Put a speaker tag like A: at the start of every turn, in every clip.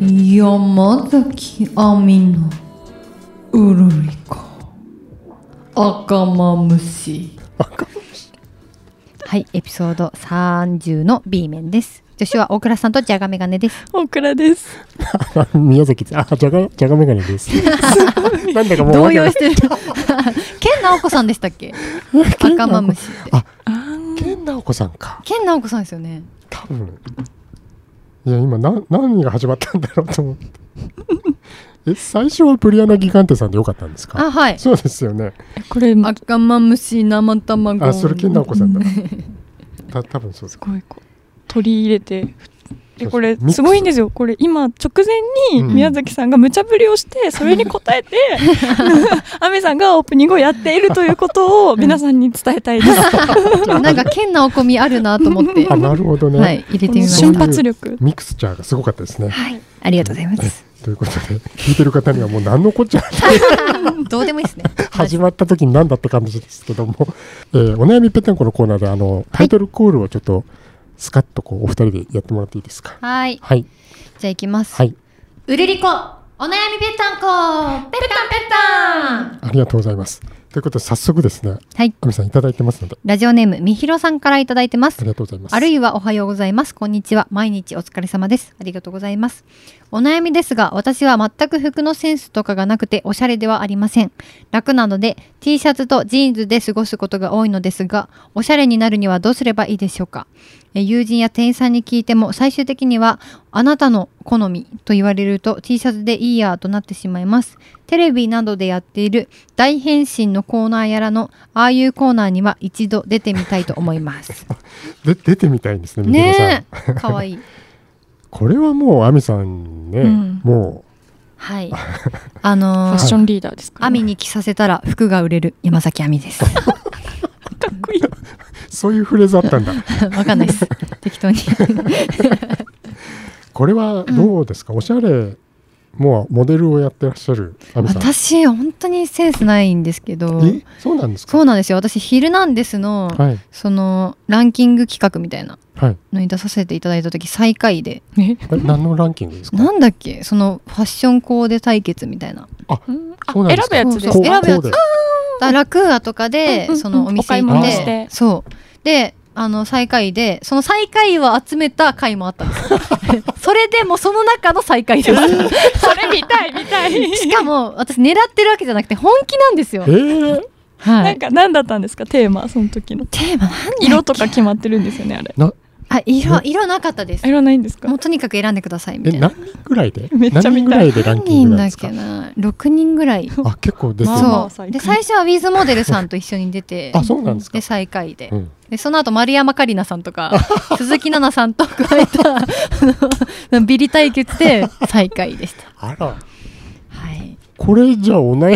A: 山崎亜美のウルリカ赤マムシ
B: はい、エピソード30の B 面です。女子は大倉さんとジャガメガネです。
C: オクラです。
D: 宮崎です。あ、じゃが、じゃがメガネ です。なんだかもう
B: 動
D: わけわ
B: 揺し
D: か
B: てる。 ケンナオコさんでしたっけ
D: んない。
B: 赤マムシって。
D: ケンナオコさんか。
B: ケンナオコさんですよね。
D: 多分。いや、今、な、何が始まったんだろうと思って。え、最初はプリアナギガンテさんでよかったんですか
B: あ、はい。
D: そうですよね。
C: これ、す
A: 赤マムシ生卵
D: あ、それケンナオコ さんだ。た、多分そうです。
C: ごいこう取り入れて。でこ
D: ミ
C: れ
D: ックス
C: すごいんですよ。これ今直前に
D: うん
C: 宮崎さんが無茶ぶり をしてそれに応えて アメさんがオープニングをやっているということを皆さんに伝えたいです。
B: なんかケンナオコみあるなと思って。
D: あ、なるほどね。
B: はい、入れてみま
C: 瞬
B: し
D: こ
B: た
D: の。
C: 発力。
D: ミクスチャーがすごかったですね。
B: はい、ありがとうございます。
D: ということで、聞いてる方にはもう何のこっちゃ
B: どうでもいいですね。
D: 始まった時になんだって感じですけども、えーお悩みぺったんこのコーナーであのタイトルコールをちょっとスカッとこうお二人でやってもらっていいですか
B: はい、
D: はい
B: じゃあ行きます。
D: はい
B: ウルリコ、お悩みぺったんこ、ぺったんぺったん。
D: ありがとうございますということで早速ですね
B: はい、
D: 亜美さんいただいてますので
B: ラジオネームみひろさんからいただいてます
D: あり。がとうございます
B: あるいはおはようございます。こんにちは。毎日お疲れ様です。ありがとうございます。お悩みですが、私は全く服のセンスとかがなくて、おしゃれではありません。楽なので、T シャツとジーンズで過ごすことが多いのですが、おしゃれになるにはどうすればいいでしょうか。え友人や店員さんに聞いても、最終的には、あなたの好みと言われると T シャツでいいやとなってしまいます。テレビなどでやっている大変身のコーナーやらの、ああいうコーナーには一度出てみたいと思います。
D: で出てみたいんですねみひろさん、
B: ねえ、可 愛いい。
D: これはもう亜美さんね、
C: うん
D: も
B: はい。あ
C: フ
B: の
C: ァッシ
B: ー、
C: ョンリーダーですか
B: ア
C: ら
B: ミ
C: ね。
B: に着させたら服が売れる山崎アミ です。
C: かっこいい。
D: うそういうフレーズあったんだ
B: わかんないです。適当に。
D: これはどうですか、おしゃれもうモデルをやってらっしゃる亜美さん
B: 私本当にセンスないんですけど、
D: えそうなんですか
B: そうなんですよ。私ヒルナンデスの
D: はい
B: そのランキング企画みたいな
D: はい
B: のに出させていただいた時最下位で、
D: え何のランキングですか
B: なんだっけ、そのファッションコーデ対決みたいな。
C: うんあ
D: そうなんです
C: 選ぶ
D: か
C: やつです
B: そ
D: こ
B: う
C: ね。
B: 選ぶやつ
D: こうで
B: だラクーアとかで、
C: うんうんうん
B: そのお店
C: お
B: 行
C: 買い
B: っ
C: 物
B: て
C: して
B: そうであの最下位でその最下位を集めた回もあったん ですよそれでもうその中の最下位です
C: それ見たい見たい。
B: しかも私狙ってるわけじゃなくて本気なんですよ
D: え、ー
B: は
C: なん
B: い、
C: か何だったんですかテーマその時の。
B: テーマなんだっけ
C: 色とか決まってるんですよねあれ。
B: あ色色なかったです
C: 色ないんですか
B: もう。とにかく選んでくださいみ
D: え
B: たいな
D: 何人ぐらいで
C: めっちゃ見
D: 何人
C: たい
D: ぐらいでラン
B: 何
D: キン
B: 人
D: グなん
B: だっ
D: ですか
B: けな6人ぐらい
D: あ結構出てる
C: まあまあ
B: そう
C: 最下位
B: で最初はウィズモデルさんと一緒に出て
D: あそうなんですか
B: で最下位で、
D: うん
B: でその後丸山桂里奈さんとか 鈴木奈々さんと加えたあのビリ対決で最下位でした。
D: あら
B: はい、
D: これじゃあお悩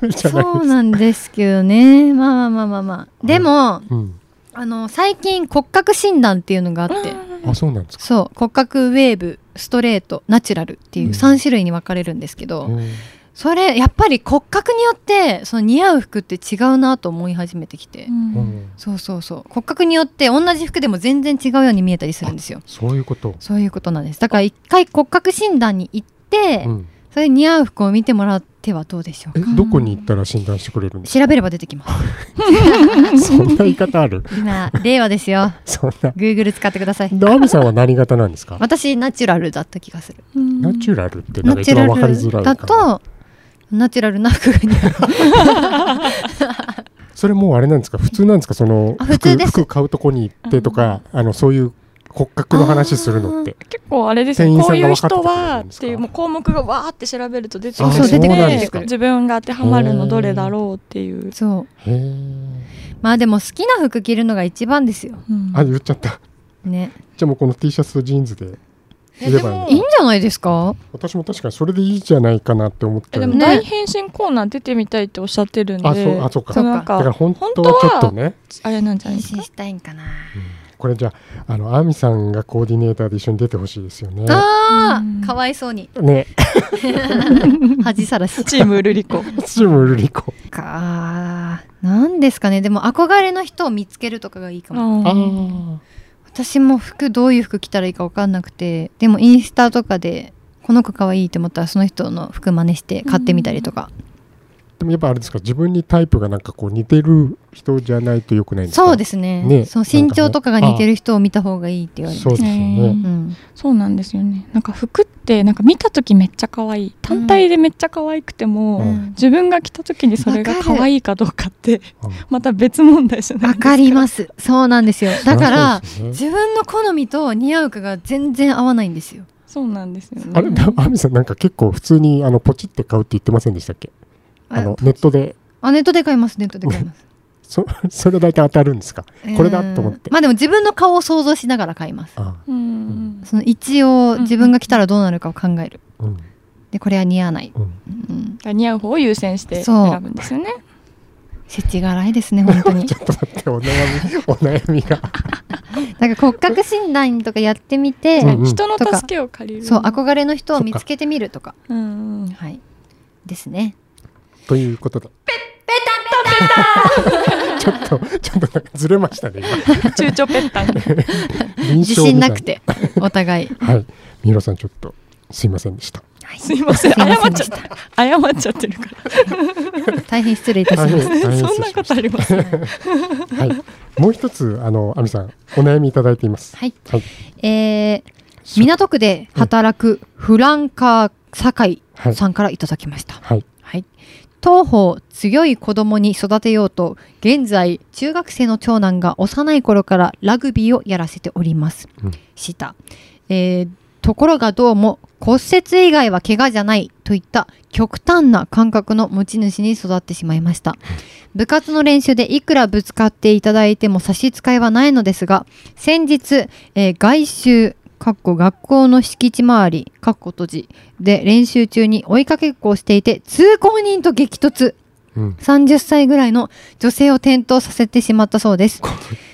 D: みなんじゃない
B: そうなんですけどねまあまあまあまあまあでも
D: うん
B: あの最近骨格診断っていうのがあって
D: あそうなんですか
B: そう骨格ウェーブストレートナチュラルっていううん3種類に分かれるんですけど、
D: うん
B: それやっぱり骨格によってその似合う服って違うなと思い始めてきて、
C: うん
D: うん
B: そうそうそう骨格によって同じ服でも全然違うように見えたりするんですよ
D: そういうこと
B: そういうことなんですだから一回骨格診断に行って、
D: うん
B: それに似合う服を見てもらってはどうでしょう
D: え
B: か
D: どこに行ったら診断してくれるんです
B: 調べれば出てき ます
D: かそんな言い 方ある
B: 今令和ですよ
D: そんな
B: Google 使ってください
D: で亜美さんは何型なんですか
B: 私ナチュラルだった気がする
C: うん
D: ナチュラルってなん
B: ナ
D: か
B: チ
D: 一
B: ュラ
D: 番わかりづら
B: ル
D: いか
B: だ
D: ら
B: とナチュラルな服が似合 う
D: それもうあれなんですか普通なんですかその
B: あ普通
D: 服
B: です
D: 服買うとこに行ってとかあのそういう骨格の話するのって
C: 結構あれですよ
D: 店員
C: こ
D: さ
C: うんい
D: が
C: う
D: 分かって
C: 人
D: くれる
C: は
D: ん
C: っ
D: ですか
C: ていうもう項目がわーって調べると出てく
D: あ
C: る
B: そう出てくる出てくる
C: 自分が当てはまるのどれだろうっていう、
B: そう
D: へえ
B: まあでも好きな服着るのが一番ですよ
C: うん
D: あ言っちゃった
B: ね
D: じゃあもうこの T シャツとジーンズでいればいいの
B: いいんじゃないですか
D: 私も確かにそれでいいじゃないかなって思って
C: えでも
B: ね
C: 大変身コーナー出てみたいっておっしゃってるんで
D: あそうあそうか
C: そうなん
D: だから
C: か
D: 本当はちょっとね、
C: あれなんじゃない
B: 変身
C: ですか
B: したいんかな
D: これじゃあ、あの、アミさんがコーディネーターで一緒に出てほしいですよね。
B: あ
C: うん
B: ーかわいそうに
D: ね、
B: 恥さらし
C: チームルリコ
D: チームルリコ。
B: かなんですかねでも憧れの人を見つけるとかがいいかも
D: あ
C: あ
D: ー
B: 私も服どういう服着たらいいか分かんなくてでもインスタとかでこの子可愛いと思ったらその人の服真似して買ってみたりとか、
D: でもやっぱあれですか自分にタイプがなんかこう似てる人じゃないと良くないんですか
B: そうですね
D: ね
B: そう身長とかが似てる人を見た方がいいって言われます
D: そうですよね
C: う
B: うん
C: そうなんですよねなんか服ってなんか見た時めっちゃ可愛い単体でめっちゃ可愛くても、
D: うん
C: 自分が着た時にそれが
B: わかる
C: 可愛いかどうかって
D: あ
C: また別問題じゃない
B: わ
C: ですか
B: かりますそうなんですよだから
D: そりゃそうですよね
B: 自分の好みと似合うかが全然合わないんですよ
C: そうなんですよね
D: あれアミさんなんか結構普通にあのポチって買うって言ってませんでしたっけあのネットで
B: あネットで買いますネットで買います、
D: そそれ大体当たるんですか これだと思って
B: うんまあでも自分の顔を想像しながら買います
D: あ
C: うん
B: その一応自分が来たらどうなるかを考える
D: うん
B: でこれは似合わない、
D: うん
B: うん、
C: 似合う方を優先して
B: そう
C: 選ぶんですよね
B: 世知辛いですね 本当に
D: ちょっと待ってお悩みお悩みが
B: なんか骨格診断とかやってみて、
D: うんうん
C: 人の助けを借りる
B: そう憧れの人を見つけてみるとか
C: うんうん
B: はいですね
D: ということでちょっと ちょっとなんかずれましたね
C: 中長ペッタン
D: 今臨床
B: 自信なくてお 互い
D: みたいはい三浦さんちょっとすいませんでした
C: すいません
B: すいま
C: 謝
B: せん
C: っ
B: で
C: ちゃ
B: し
C: ったた謝っちゃってるか
B: 大変失礼いたしま
D: 大
B: し
D: 変
B: た
D: 大
C: ら
D: 変
C: そん
D: 失礼
C: な
D: し
C: こ
D: ま
C: とあります
D: したはいもう一つあのアミさんお悩みいただいています
B: はい、
D: はい
B: えー港区で働くフランカー酒
D: は
B: 井
D: い
B: さんからいただきました、
D: はい
B: はい、当方強い子供に育てようと現在中学生の長男が幼い頃からラグビーをやらせております、
D: うん
B: した、えーところがどうも骨折以外は怪我じゃないといった極端な感覚の持ち主に育ってしまいました部活の練習でいくらぶつかっていただいても差し支えはないのですが先日、えー外周かっこ学校の敷地周りかっこ閉じで練習中に追いかけっこをしていて通行人と激突
D: うん
B: 30歳ぐらいの女性を転倒させてしまったそう です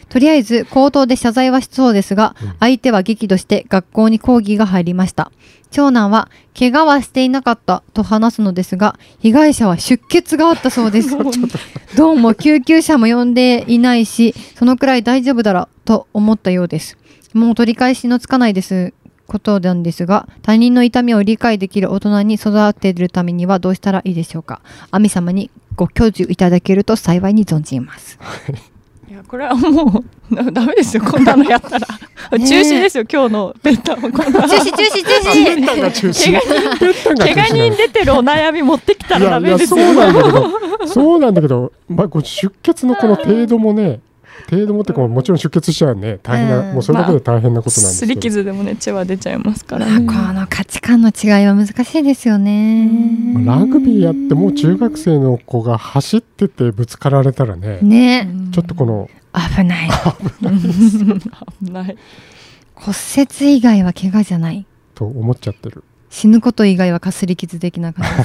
B: とりあえず口頭で謝罪はしそうですが、
D: うん
B: 相手は激怒して学校に抗議が入りました長男は怪我はしていなかったと話すのですが被害者は出血があったそう ですどうも救急車も呼んでいないしそのくらい大丈夫だろうと思ったようですもう取り返しのつかないですことなんですが他人の痛みを理解できる大人に育てるためにはどうしたらいいでしょうか亜美様にご教授いただけると幸いに存じます
C: いやこれはもうなダメですよこんなのやったら
B: ねえ
C: 中止ですよ今日のペッタンはこ んな
B: 中止中止中止
D: ペッタンが中止
C: 怪我
D: ペッタンが中
C: 怪
D: 止な
C: 我
D: の
C: 人出てるお悩み持ってきた
D: い
C: ら
D: や
C: ダ
D: い
C: メ
D: や
C: です
D: そ
C: よ
D: うなんだけどそうなんだけど、まあ、こう出血のこの程度もね程度もってこうもちろん出血しちゃうね大変な、
B: うん
D: もうそれだけで大変なことなんです
C: す
D: け
C: り
D: ど、
C: 傷でもね血は出ちゃいますから
B: まあ
C: ね
B: この価値観の違いは難しいですよね。
C: うん
D: まあラグビーやってもう中学生の子が走っててぶつかられたらね、
B: ね、
D: ちょっとこの
B: 危ない。
C: 危ない
B: 骨折以外は怪我じゃない。
D: と思っちゃってる
B: 死ぬこと以外はかすり傷できなかった。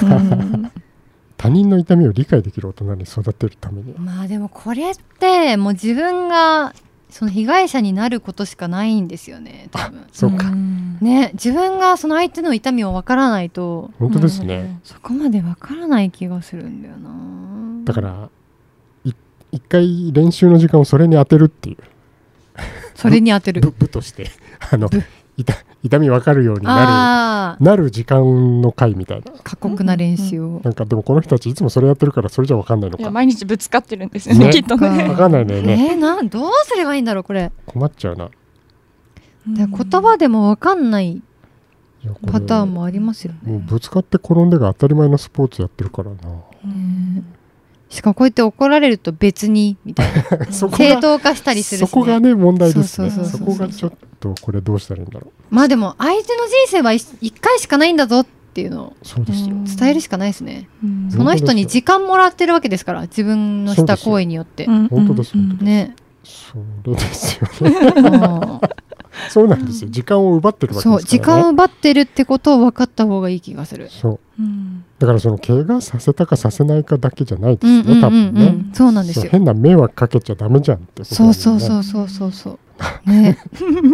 D: 他人の痛みを理解できる大人に育てるために
B: まあでもこれってもう自分がその被害者になることしかないんですよね。多分。
D: そうか、
B: ね、自分がその相手の痛みをわからないと
D: 本当ですね、
B: そこまでわからない気がするんだよな。
D: だからい一回練習の時間をそれに当てるっていう
B: それに当てる
D: 部。部としてあの痛痛み分かるようにな
B: あ
D: るなる時間の回みたいな
B: あ、過酷な練習を。
D: なんかでもこの人たちいつもそれやってるからそれじゃわかんないの
C: いや
D: か。
C: 毎日ぶつかってるんですよね
D: ね
C: きっと
B: そ
C: ね
B: っ
D: わかんないのよね。
B: えー、なんどうすればいいんだろうこれ、
D: 困っちゃうな。
B: だから言葉でも分かんない
D: いやこれ
B: パターンもありますよね、
D: もうぶつかって転んでが当たり前のスポーツやってるから
B: しかもこうやって怒られると別にみたい
D: な。そ
B: な
D: こ
B: 正
D: が
B: 当化したりするし、ね、
D: そこがね問題ですね。
B: そう
C: そ
D: そ
C: うそうそう
D: こがちょっとこれどうしたらいいんだろ
B: まあでも相手の人生は一一回しかないんだぞっていうのを
D: う。そうですよ。
B: 伝えるしかないですね、
C: うん
B: その人に時間もらってるわけですから自分のした行為によって、
C: うん
D: 本当です
C: うん
D: 本
B: ね
D: それですよね。
B: あ
D: そうなんですよ。時間を奪ってる
B: ー
D: わけですか
B: そう
D: らね。
B: 時間を奪ってるってことを分かった方がいい気がする
D: そう。
C: うん
D: だからその怪我させたかさせないかだけじゃないで
B: う
D: す
B: ん
D: よ
B: うんうん
D: ね。多
B: うん、
D: 分ね。
B: そうなんです
D: そう
B: よ
D: 変な迷惑かけちゃダメじゃんってことだ
B: そ
D: もん
B: う
D: ね
B: そうそうそうそうそう。ね、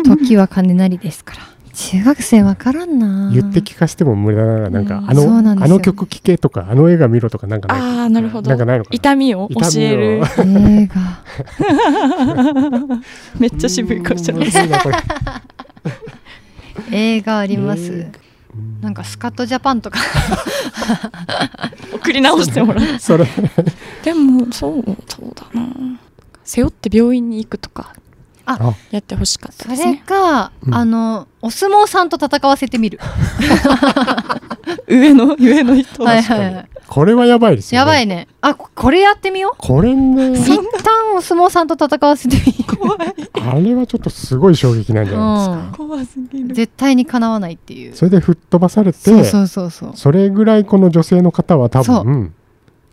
B: 時は金なりですから。中学生わからんな。
D: 言って聞かせても無駄ならなんか、
C: うん
D: あ
B: そうなんで
D: の
B: す
D: あ
B: よ
D: の曲聴けとかあの映画見ろとかなんかない
C: ああなるほ
D: なんか
C: ど
D: ないのかな
C: 痛みを
D: 痛みを
C: 教える
B: 映画。
C: めっちゃ渋い顔して
D: うーん
C: ます
D: むずいなこれ
B: 映画あります
D: 映。
B: なんかスカットジャパンとか
C: 送り直してもらう
D: それ
C: でもそうそうだな背負って病院に行くとか
D: あ
C: やってほしかった
B: そ
C: です
B: れ
C: ね
B: か、
D: うん
B: あのお相撲さんと戦わせてみる
C: 上の上の人
B: はいはいはい
D: これはやばいですよ、
B: や
D: ね、
B: ばいねあここれやってみよ
D: これ
B: う
D: ね
B: 一旦お相撲さんと戦わせてみる、
C: 怖い
D: あれはちょっとすごい衝撃なんじゃないですか、
B: う
C: 怖すぎ
B: ん、
C: る
B: 絶対にかなわないっていう
D: それで吹っ飛ばされて
B: そうそうそうそう
D: それぐらいこの女性の方は多
B: そ
D: 分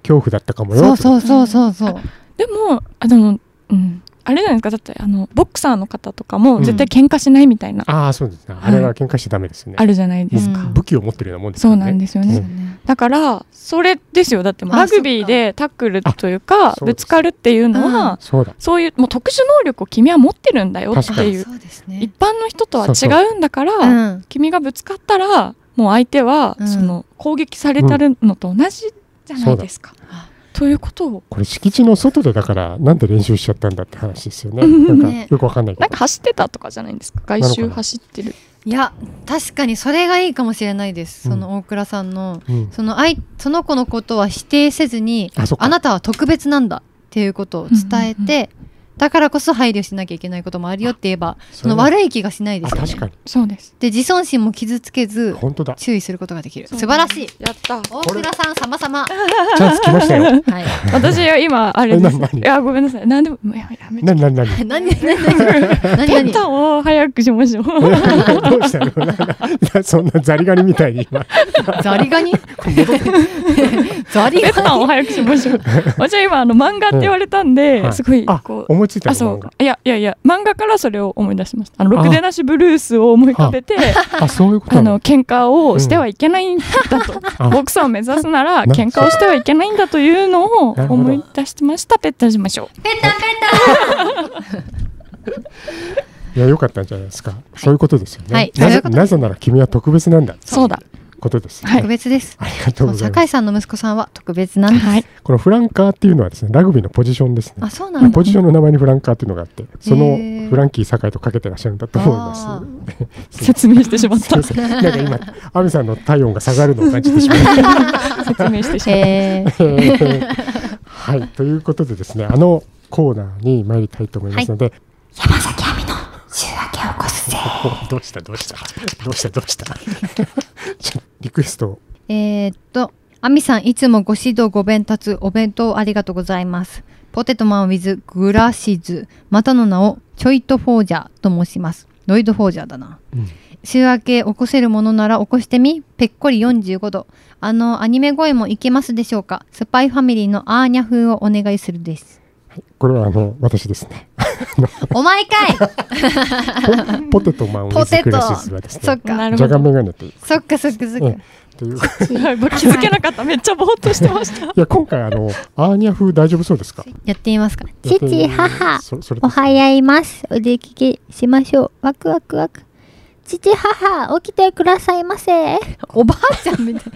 D: 恐怖だったかもよ
B: そうそうそうそうそう
C: でもあでもうんあれじゃないですかだってあのボクサーの方とか
D: う
C: も
D: ん
C: 絶対喧嘩しないみたいな、
D: ああそうですね
C: はい
D: あれは喧嘩しちゃダメですね、
C: あるじゃないですか、
B: うん
D: 武器を持ってるようなもんです
C: そ
D: よ
C: う
D: ね
C: なんですよね、
D: うん
C: だからそれですよだってもう
B: あ
C: ラグビーでタックルというか
D: あそう
C: ぶ
D: です
C: つかるっていうのは、
B: うん
D: そうだ
C: そういうもう特殊能力を君は持ってるんだよっ
D: 確
B: あ
D: か
C: て
D: に
C: いう
B: そうです
C: 一
B: ね
C: 般の人とは違うんだから、
B: うん
C: 君がぶつかったらもう相手は
B: うん
C: その攻撃されたるのと同じじゃないですか。
B: あ
C: ということを
D: これ敷地の外でだからなんで練習しちゃったんだって話で すよね
C: う
D: なんんかよくわかんないけ
C: なん
D: ど
C: か走ってたとかじゃないんですか外
D: な
C: 周
D: のかな
C: 走ってる
B: いや確かにそれがいいかもしれないです、
D: うん
B: その大倉さんの
D: うん
B: その相その子のことは否定せずに
D: あそっか
B: あなたは特別なんだっていうことを伝えて、
C: うんうん
B: だからこそ配慮しなきゃいけないこともあるよって言えばその
D: い
B: 悪い気がしないで
D: あ
B: すよね
D: 確かに
C: そうです
B: で自尊心も傷つけず
D: 本当だ
B: 注意することができる素晴らしい
C: やった
B: 大倉さん様様
D: チャンス来ました よ
B: はい
C: 私は今あれです
D: え
C: い
D: 何何
C: やごめんなさい何でもいややめて
D: 何 何
B: 何何
D: 何
B: 何
C: ペン
B: 何
C: タンを早くしましょう
D: どうしたの ななそんなザリガニみたい に今
B: ザリガニザリ
C: ペン
B: ガ
C: タンを早くしましょ う私は今あの漫画って言われたんで、
D: はい
C: すごい
D: あ
C: こう
D: 思いついた
C: あ
D: の
C: そ
D: 漫
C: う
D: 画
C: いやいやいや漫画からそれを思い出しましたあのろくでなしブルースを思い浮かべて
D: あそういうこと
C: あ
D: な
C: の喧嘩をしてはいけないんだと、
D: あ
C: ボクサーを目指すなら
D: な
C: 喧嘩をしてはいけないんだというのを
D: なるほど
C: 思い出してましたペッタンしましょう
B: ペンタンペン
D: いや良かったんじゃないですか、そういうことですよね、
B: はい
D: な
B: そうい
D: ぜ
B: うこと
D: なぜなら君は特別なんだ
C: そうだ
D: ことです、
B: タン特別です
D: ありがとうござい
B: 酒
D: ま
B: 井
D: す
B: さんの息子さんは特別なんです、
C: はい
D: このフランカーっていうのはですねラグビーのポジションですね
B: あそうなんだ
D: ポジションの名前にフランカーっていうのがあってそ
B: へ
D: の
B: ー
D: フランキー酒井とかけてらっしゃるんだと思い
B: あ
D: ます
C: 説明してしまっ
D: すい
C: た
D: ません なんか今亜美さんの体温が下がるのを感じてしまいました
C: 説明してしまった
B: へー
D: はい、ということでですね、あのコーナーに参りたいと思いますので、山崎亜美の週明けを起こすぜ。どうしたどうしたどうしたどうしたちょリクエストを
B: えーっと、あみさん、いつもご指導、ご鞭達、お弁当ありがとうございます。ポテトマン with グラシズ、またの名をちょいとフォージャーと申します。ロイドフォージャーだな。
D: うん
B: 週明け起こせるものなら起こしてみ、ぺっこり45度。あの、アニメ声もいけますでしょうかスパイファミリーのアーニャ風をお願いするです。
D: これはあの私ですね。
B: お前か い
D: ポポテトマンを
B: ポテ
D: ク
B: ト
D: ラシスはです
B: そっ
D: ね。
B: か。
C: なる
D: じ
C: ほ
D: ゃが
C: ど
D: メガネという。
B: そっかそっかそっか。
D: ええというい
C: やばい気づけなかっためっちゃぼーっとしてました
D: や今回あのアーニャ風大丈夫そうですか。
B: やってみますか
E: 父母
D: そそれ
E: お
D: です
E: はやいます。お出かけしましょう。ワクワクワク。父母、起きてくださいませ。
B: おばあちゃんみたい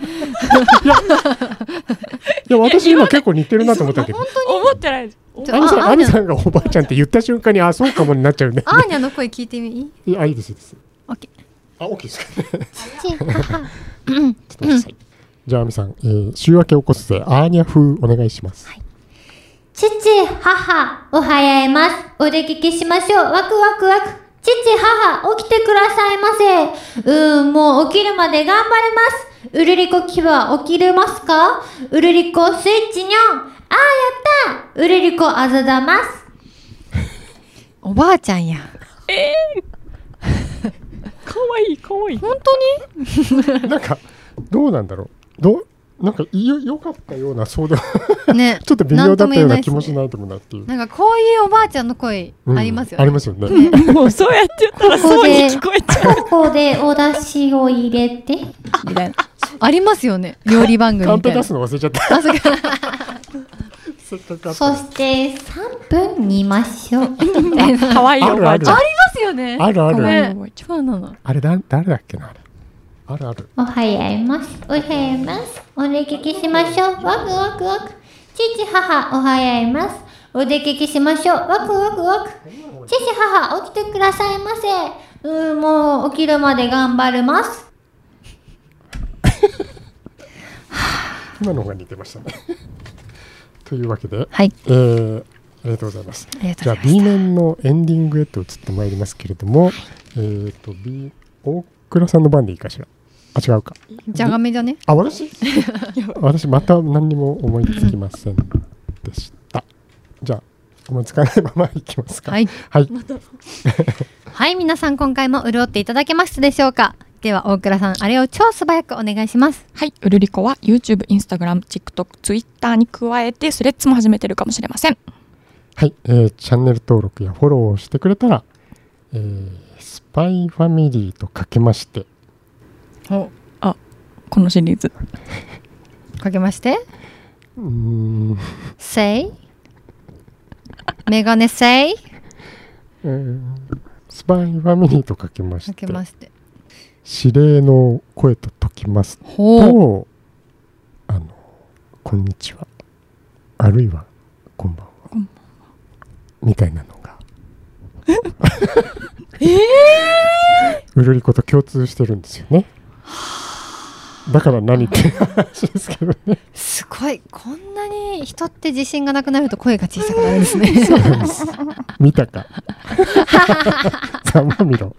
B: な。
D: いや私今結構似てるなと思ったけど。
C: 思ってないですお
D: アミさん
B: あ
D: アミさんがおばあちゃんって言った瞬間にあそうかもになっちゃうんで。
B: アーニャの声聞いてみ
D: いやいいですいいです。
B: オッケー。
D: あ OK です。
E: 父母。
D: ちょっと待ってくださいじゃあ、亜美さん、えー週明け起こすぜ、アーニャ風お願いします。
E: 父母、おはやいます。お出かけしましょう。ワクワクワク。父母、起きてくださいませ。うーん、もう起きるまで頑張ります。うるりこきは起きれますかうるりこスイッチにょん。ああ、やったうるりこあざだます。
B: おばあちゃんや。
C: かわいいかわいい
B: 本当に
D: なんか、どうなんだろう。どうなんかいよ、良かったような、そうでも
B: ね、
D: ちょっと微妙だったような気もし
B: い
D: ないでもないっていう。
B: なんかこういうおばあちゃんの声
D: うん
B: ありますよ
D: あ
B: ね、
D: りますよね。
C: もうそうやって言ったらそうに聞こえちゃう
E: ここでお出汁を入れて。
B: みたいなありますよね料理番組
D: カン
B: みた
D: ペ
B: いな
D: 出すの忘れちゃった。
B: あそうか
D: せっかくあった
E: そ
D: のに
E: して3分煮ましょう。
C: 可愛いおばあちゃ
D: あ
C: ん
B: ますよね
D: あるある。
C: 可
D: あ
C: 愛
D: る
C: いおばあちゃん
B: そうなの
D: あれだ、誰だっけな、あれ。あるある。
E: おはやいます。おはやいます。お出かけしましょう。ワクワクワク。父母おはやいます。お出かけしましょう。ワクワクワク。父母起きてくださいませ。うーん、もう起きるまで頑張ります。
D: 今の方が似てました ね。というわけで、
B: はい。
D: えーありがとうございます。
B: ありがとう
D: じゃ
B: ござ
D: あ
B: います。
D: B 面のエンディングへと移ってまいりますけれども、えーと B 大倉さんの番でいいかしら。あ違うか。
B: じゃがめだね。
D: あ 私私また何にも思いつきませんでした。じゃあ思いつかないままいきますか。
B: はい。
D: はい。
B: はい、皆さん今回も潤っていただけましたでしょうかでは、大倉さん、あれを超素早くお願いします。
C: はい、ウルリコは YouTube、Instagram、TikTok、Twitter に加えてスレッズも始めてるかもしれません。
D: はい、えーチャンネル登録やフォローをしてくれたら、えースパイファミリーとかけまして、
C: このシリーズ。
B: かけまして、
D: うーん、
B: せい。メガネせい。
D: えースパイファミリーとかけま
B: か
D: し
B: け
D: て、
B: まして。
D: 指令の声と解きます
B: ほう。
D: と、あの、こんにちは、あるいは、こんばんは、
C: こんばん
D: みたいなのが、 うるりこと共通してるんですよね。だから何って話ですけどね。
B: すごい。こんなに人って自信がなくなると声が小さくなるんです ね。
D: 見 たか。ざまみろ。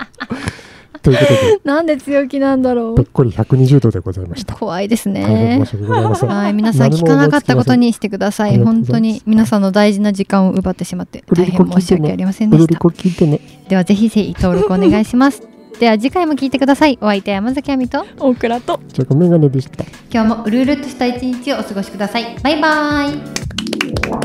D: ということで、
B: なんで強気なんだろ
D: ぺっこり120度でございました。
B: 怖いです
D: 大変
B: ね
D: 申。し訳ございません。
B: はい、皆さん聞かなかったことにしてください。
D: 何も思
B: 本
D: いつきま
B: 当
D: せん
B: に皆さんの大事な時間を奪ってしまって大変申し訳ありません
D: う
B: で
D: る
B: し
D: り
B: た。
D: こ聞いてね。
B: ではぜひぜひ登録お願いし ます。では次回も聞いてください。お相手は山崎亜美と
C: 大倉と
D: じゃあ、メガネでした。
B: 今日もうるうるっとした一日をお過ごしください。バイバーイ。